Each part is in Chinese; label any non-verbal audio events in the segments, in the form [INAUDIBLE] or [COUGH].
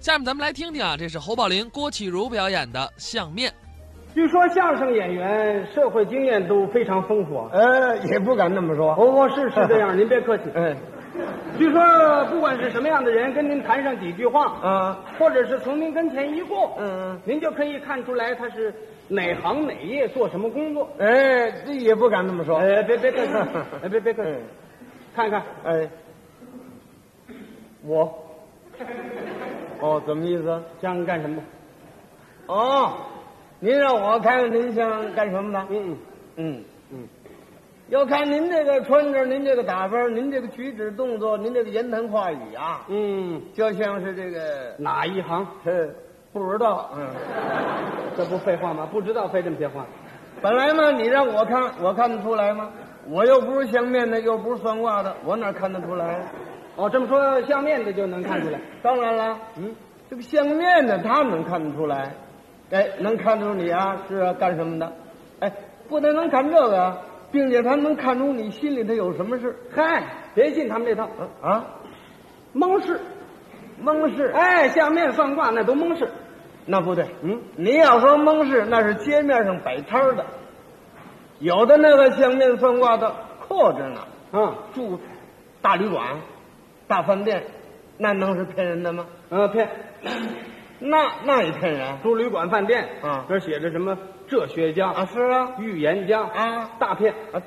下面咱们来听听啊，这是侯宝林、郭启儒表演的《相面》。据说相声演员社会经验都非常丰富啊。呃，也不敢那么说。哦，哦是是这 [LAUGHS] 样，您别客气。嗯、据说不管是什么样的人，跟您谈上几句话，啊，或者是从您跟前一过，嗯，您就可以看出来他是哪行哪业做什么工作。哎，这也不敢那么说。哎，别别客气，哎，别别客气嗯，看看哎，我，哦，怎么意思？相声干什么？哦，您让我看看您想干什么呢？嗯，嗯嗯，要看您这个穿着，您这个打扮，您这个举止动作，您这个言谈话语啊，嗯，就像是这个，哪一行？呃，不知道，嗯，这不废话吗？不知道废这么些话。本来嘛，你让我看，我看得出来吗？我又不是相面的，又不是算卦的，我哪看得出来？哦，这么说相面的就能看出 [LAUGHS] 来。当然了，嗯，这个相面的他能看得出来，哎，能看出你啊是啊干什么的，哎，不但能看这个啊，并且他能看出你心里头有什么事嗨，别信他们这套，啊，蒙事。蒙事，哎，相面算卦那都蒙事。那不对，嗯，您要说蒙事，那是街面上摆摊儿的，有的那个相面算卦的阔着呢，啊，住大旅馆、大饭店，那能是骗人的 [CLEARS THROAT] 吗？呃，骗那那也骗人住旅馆饭店啊那儿写着什么哲学家、啊！是啊，预言家啊，大骗。啊，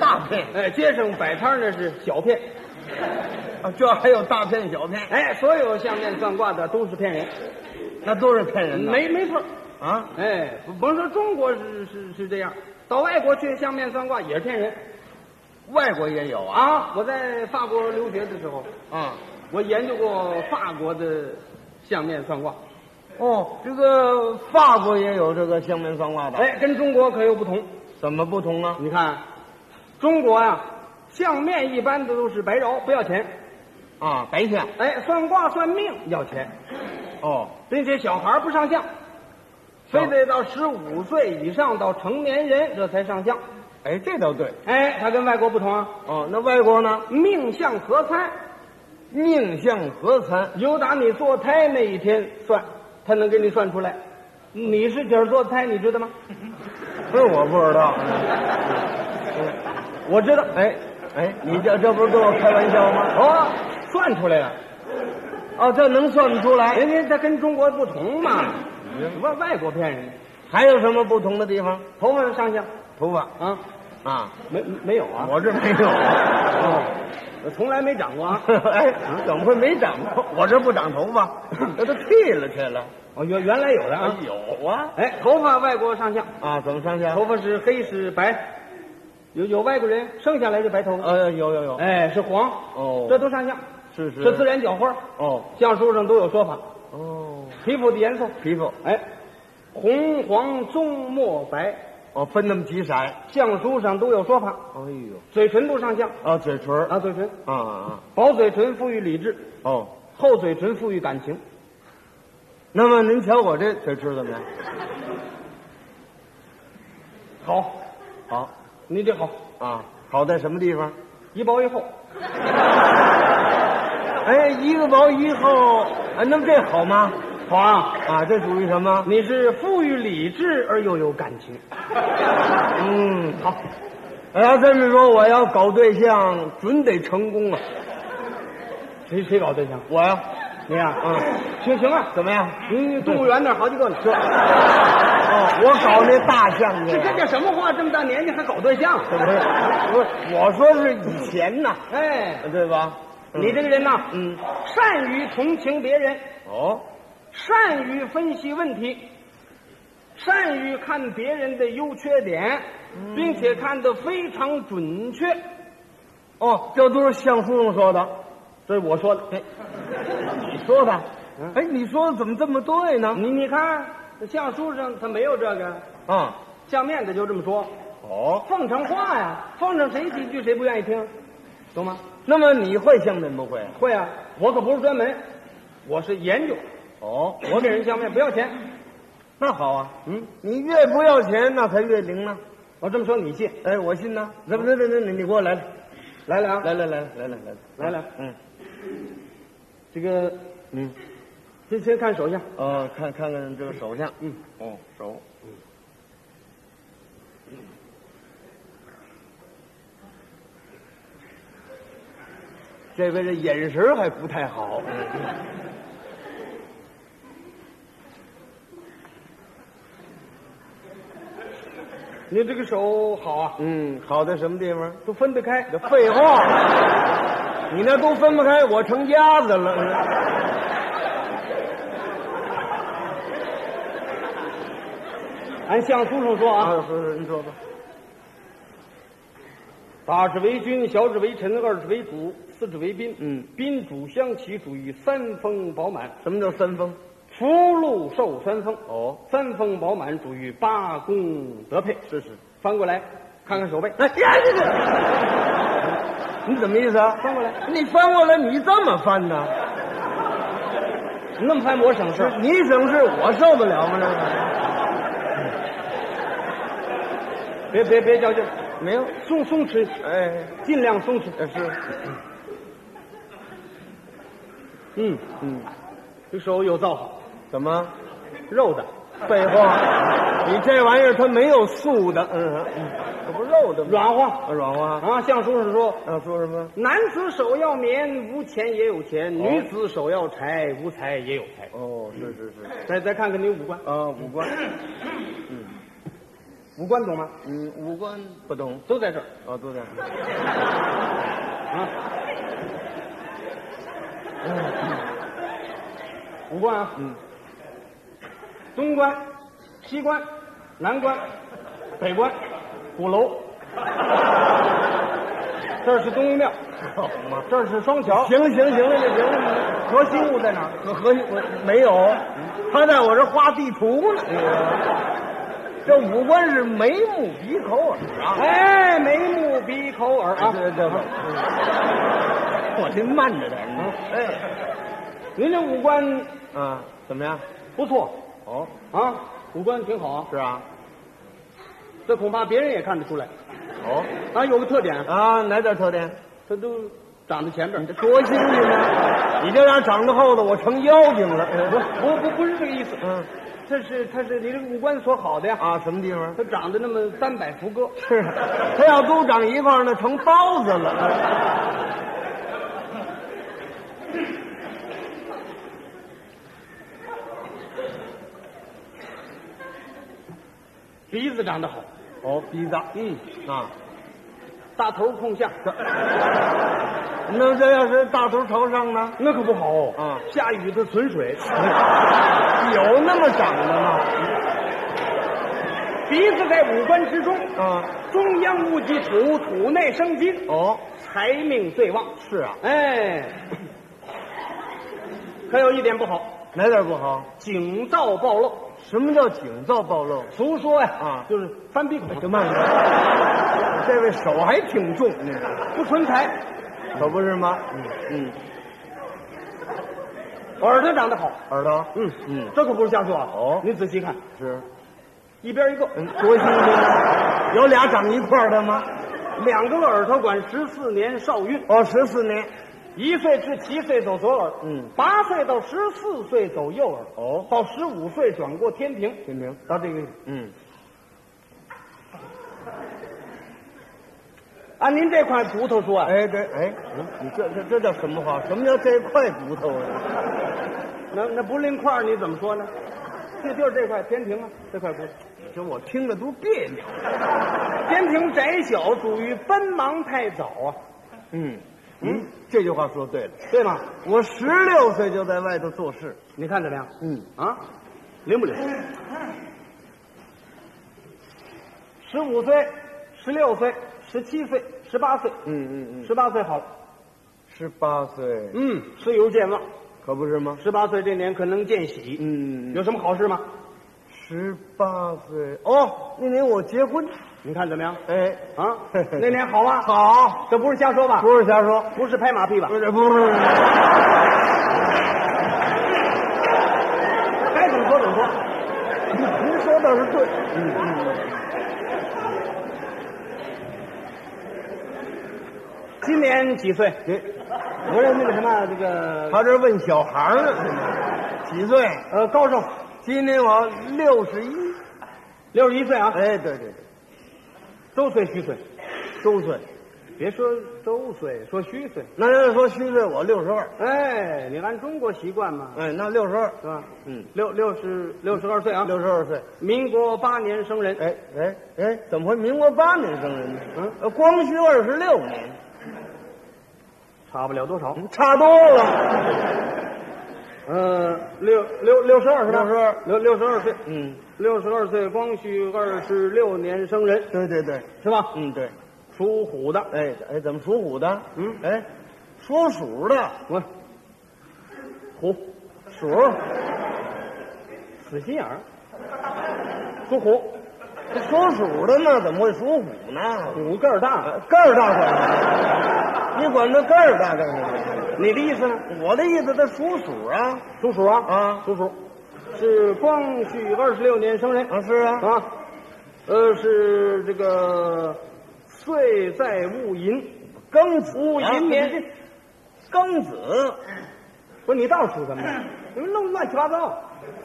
大骗哎，街上摆摊儿那是小骗。啊，这还有大骗小骗，哎，所有相面算卦的都是骗人，那都是骗人的。没没错。啊，哎，不甭说中国是是是这样，到外国去相面算卦也是骗人外国也有啊啊！我在法国留学的时候，啊。我研究过法国的相面算啊卦，哦，这个法国也有这个相面算卦的，，哎，跟中国可又不同。怎么不同啊？你看，中国呀、相面一般的都是白饶，不要钱。啊，白天哎，算卦算命要钱，哦，并且小孩不上相，非哦得到十五岁以上到成年人这才上相。哎，这倒对。哎，它跟外国不同啊，哦，那外国呢？命相合参，命相合参，由打你做胎那一天算，他能给你算出来。你是几儿做的胎，你知道吗？这我不知 [LAUGHS] 道。我知道。哎哎，你这这不是跟我开玩笑吗？哦，算出来了。嗯哦，这能算得出来。人家它跟中国不同嘛，外外国骗人，还有什么不同的地方？头发上相头发啊。啊，没没有啊？我这没有。 [LAUGHS] 哦，我从来没长过 [LAUGHS] 啊。哎，怎么会没长过？我这不长头发， [LAUGHS] 这都剃了去了。哦，原原来有的啊啊，。有啊。哎，头发外国上相，啊，怎么上下？头发是黑是白，有有外国人生下来就白头发，呃，有有有，哎是黄，哦这都上相，是是，这自然角花，哦相书上都有说法。哦，皮肤的颜色，皮肤哎，红黄棕墨白，哦分那么几色，哎相书上都有说法。呦，嘴唇不上相啊嘴唇儿啊，嘴唇，啊啊薄嘴唇富裕理智，哦，厚嘴唇富裕感情。那么您瞧我这嘴唇怎么样？好，好你这好，啊，好在什么地方？一薄一厚，哎，一个薄一厚，啊，那么这好吗？好啊。啊，这属于什么？你是富于理智而又有感情，嗯，好。我要这么说，我要搞对象，准得成功啊！谁谁搞对象？我呀、你呀、嗯，行行啊，怎么样？嗯，动物园那儿好几个呢。这哦，我搞那大象去这了。 [LAUGHS] 这叫什么话？这么大年纪还搞对象？不是，不是，我说是以前呐，哎，对吧？你这个人呐，嗯，善于同情别人，哦，善于分析问题，善于看别人的优缺点，嗯并且看得非常准确。哦，这都是相书上说的，这是我说的。哎你说的嗯。哎，你说的怎么这么对呢？你你看，相书上他没有这个，啊，相面的就这么说。哦，奉承话呀，奉承谁几句谁不愿意听，懂吗？那么你会相面不会？会啊，我可不是专门，我是研究，哦，我给人相面不要钱。那好啊，嗯，你越不要钱，那才越灵呢。我这么说你信？哎，我信呐。那不，那那那，你给我嗯来来来了啊，来来来来来来来来来，嗯，这个嗯，先先看手相，哦，看看看这个手相，嗯，哦，手，这位这眼神儿还不太好，你这个手好啊，嗯，好在什么地方？都分得开。这废话，你那都分不开，我成家子了。按相书上说啊，啊，是您说吧。大指为君，小指为臣，二指为主，四指为宾。嗯宾主相齐，主于三丰饱满。什么叫三丰？福禄寿三丰，哦，三丰饱满，主于八功德配。是是。翻过来，看看手背，哎呀，这个，你怎么意思啊？翻过来，你翻过来，你这么翻呢？你那么翻我省事不儿。是你省事，我受得了吗？这个别别别较劲儿，没有，松松弛，哎，尽量松弛。呃是，嗯，嗯，这手有造化，怎么？肉的，废话，你这玩意儿它没有素的，嗯，这不肉的吗？软化啊软花，啊。相书上说，啊，说什么？男子手要棉，无钱也有钱；哦女子手要柴，无财也有财。哦，是是是，再再看看你五官，啊，五官，五官懂吗？嗯，五官不懂，都在这儿啊，都在。啊。五官啊，嗯，东关、西关、南关、北关、鼓楼， [LAUGHS] 这儿是东宫庙，好嘛，这儿是双桥，行行行了，行了，核心物在哪儿？核核心我没有，他在我这画地图哎呢。这五官是眉目鼻口耳啊，哎哎，眉目鼻口耳啊！这这不，我这嗯慢着点儿。哎，您这五官啊，怎么样？不错哦，啊，五官挺好啊，是啊，这恐怕别人也看得出来哦，啊。有个特点，啊，哪点特点？他都长在前边儿，多啊新鲜呢！你这样长得厚的，我成妖精了。不不不不是这个意思，嗯这是他是你这个五官所好的呀，啊，什么地方？他长得那么三百福哥，是，他要都长一块儿，那成包子了。鼻子长得好，哦，鼻子，嗯啊，大头碰下，那这要是大头朝上呢？那可不好哦啊下雨它存水， [LAUGHS] 有那么长的吗？鼻子在五官之中，啊，中央物即土，土内生金，哦，财命最旺。是啊，哎，可有一点不好，哪点不好？警兆暴露。什么叫警兆暴露？俗说呀，啊哎就是翻鼻孔这慢点， [LAUGHS] 这位手还挺重，那个不纯财。可不是吗？嗯嗯，耳朵长得好，耳朵，嗯嗯，这可不是瞎说啊。哦您仔细看，是，一边一个，嗯，多新鲜啊！有俩长一块儿的吗？两个耳朵管十四年少运，哦，十四年，一岁至七岁走左耳，嗯，八岁到十四岁走右耳，哦，到十五岁转过天平，天明，到这个。嗯，按您这块骨头说啊，哎这哎，嗯你这这这叫什么话？什么叫这块骨头啊？那那不另块儿你怎么说呢？这就是这块天平啊，这块骨头。这我听着都别扭。天庭窄小，属于奔忙太早啊，嗯嗯，这句话说对了。对吗？我十六岁就在外头做事。你看怎么样？嗯，啊，灵不灵？十五岁、十六岁、十七岁、十八岁，嗯嗯嗯，十八岁好了，十八岁，嗯，事由健忘。可不是吗？十八岁这年可能见喜，嗯有什么好事吗？十八岁哦，那年我结婚。你看怎么样？哎，啊， [LAUGHS] 那年好吧？，好，这不是瞎说吧？不是瞎说，哎不是拍马屁吧？不是不是不是，该怎么说怎么说。您说倒是对。嗯嗯，今年几岁？您不哎是那个什么，这个他这问小孩儿呢，几岁？呃高寿，今年我六十一。六十一岁啊，哎，对对对，周岁虚岁，周岁。别说周岁，说虚岁。那要是说虚岁，我六十二。哎，你按中国习惯嘛，哎，那六十二，是吧？嗯，六六十六十二岁啊，六十二岁。民国八年生人，哎哎哎，怎么会民国八年生人呢？嗯呃，光绪二十六年，差不了多少。差多了。呃，六六六十二是吧？ 62六六十二岁，嗯，六十二岁，光绪二十六年生人，对对对，是吧？嗯对。属虎的，哎哎，怎么属虎的？嗯哎，属鼠的，我虎鼠死心眼儿，属虎，属鼠的呢，怎么会属虎呢？呃虎个儿大。个儿大管，你管他个儿大干什么？你的意思呢？我的意思，他属鼠啊属鼠啊啊属鼠，是光绪二十六年生人啊是啊，啊，呃，是这个岁在戊寅，庚子戊啊寅年，庚子不是你倒数什么呀？嗯你们弄乱七八糟，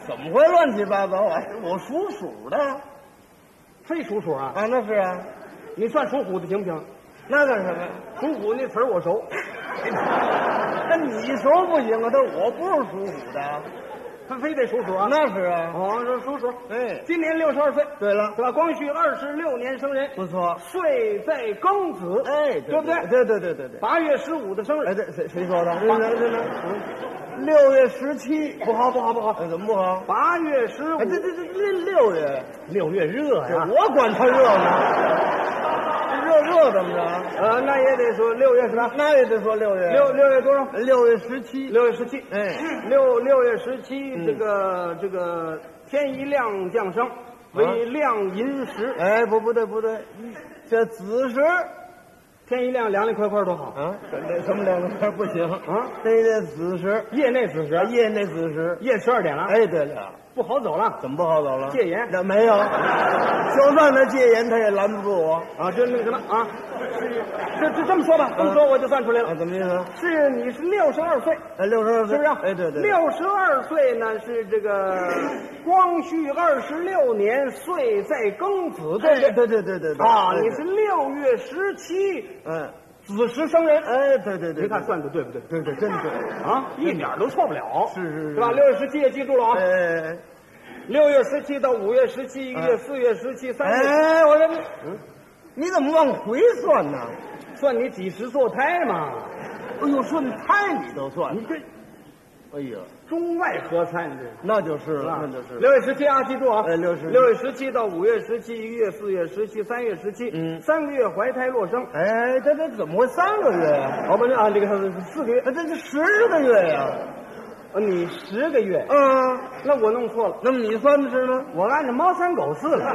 怎么会乱七八糟啊？我属鼠的啊，非属鼠啊？那是啊，你算属虎的行不行？那干什么呀？属虎那词儿我熟，那你说不行啊？但我不是属虎的，他非得属鼠啊？那是啊。哦，说属鼠，哎，今年六十二岁，对了是，吧？光绪二十六年生人，不错。岁在庚子，哎，对不对？对对对对对。八月十五的生哎，日，这谁谁说的？八嗯六月十七不好不好不好，哎怎么不好？八月十五哎，，这这这六六月，六月热这我管他热呢，热热怎么着？呃，那也得说六月什么？那也得说六月六六月多少？六月十七，六月十七。哎，六六月十七，嗯啊这个这个天一亮降生，为亮寅时。哎不不对不对，这子时天一亮，凉凉快快多好啊，这什么两个字不行，啊！这得子时，夜内子时，夜那子时。夜啊十二点了，哎，对了，不好走了怎么不好走了？啊戒严那没有，就算他戒严，他也拦不住我。啊！这那个什么啊，这这这么说吧，这么说我就算出来啊，了，怎么意思？是你是六十二岁，哎，六十二是岁，不是？哎，对对，对六十二岁呢是这 [LAUGHS] 个光绪二十六年岁在庚子，对不对？对对对对对对啊，对你对是六月十七嗯，子时生人，哎，对对对，你看对算的对不对？对对，真对，啊，一点儿都错不了，是是是是吧？六月十七也记住了啊，哎六月十七到五月十七，一个月嗯四月十七，三月哎，我说你，你怎么往回算呢？算你几十坐胎嘛，哎呦，顺胎你都算你，这哎呦，中外合参这是。那就是是了吧，那就是了，六月十七啊，记住啊，哎六十七六月十七到五月十七，一月、四月十七、三月十七，嗯三个月怀胎落生，哎，这这怎么会三个月呀？哦不是啊，这个四个月，啊，这这十个月呀？呃你十个月，啊，那我弄错了，那么你算的是呢？我按照猫三狗四了，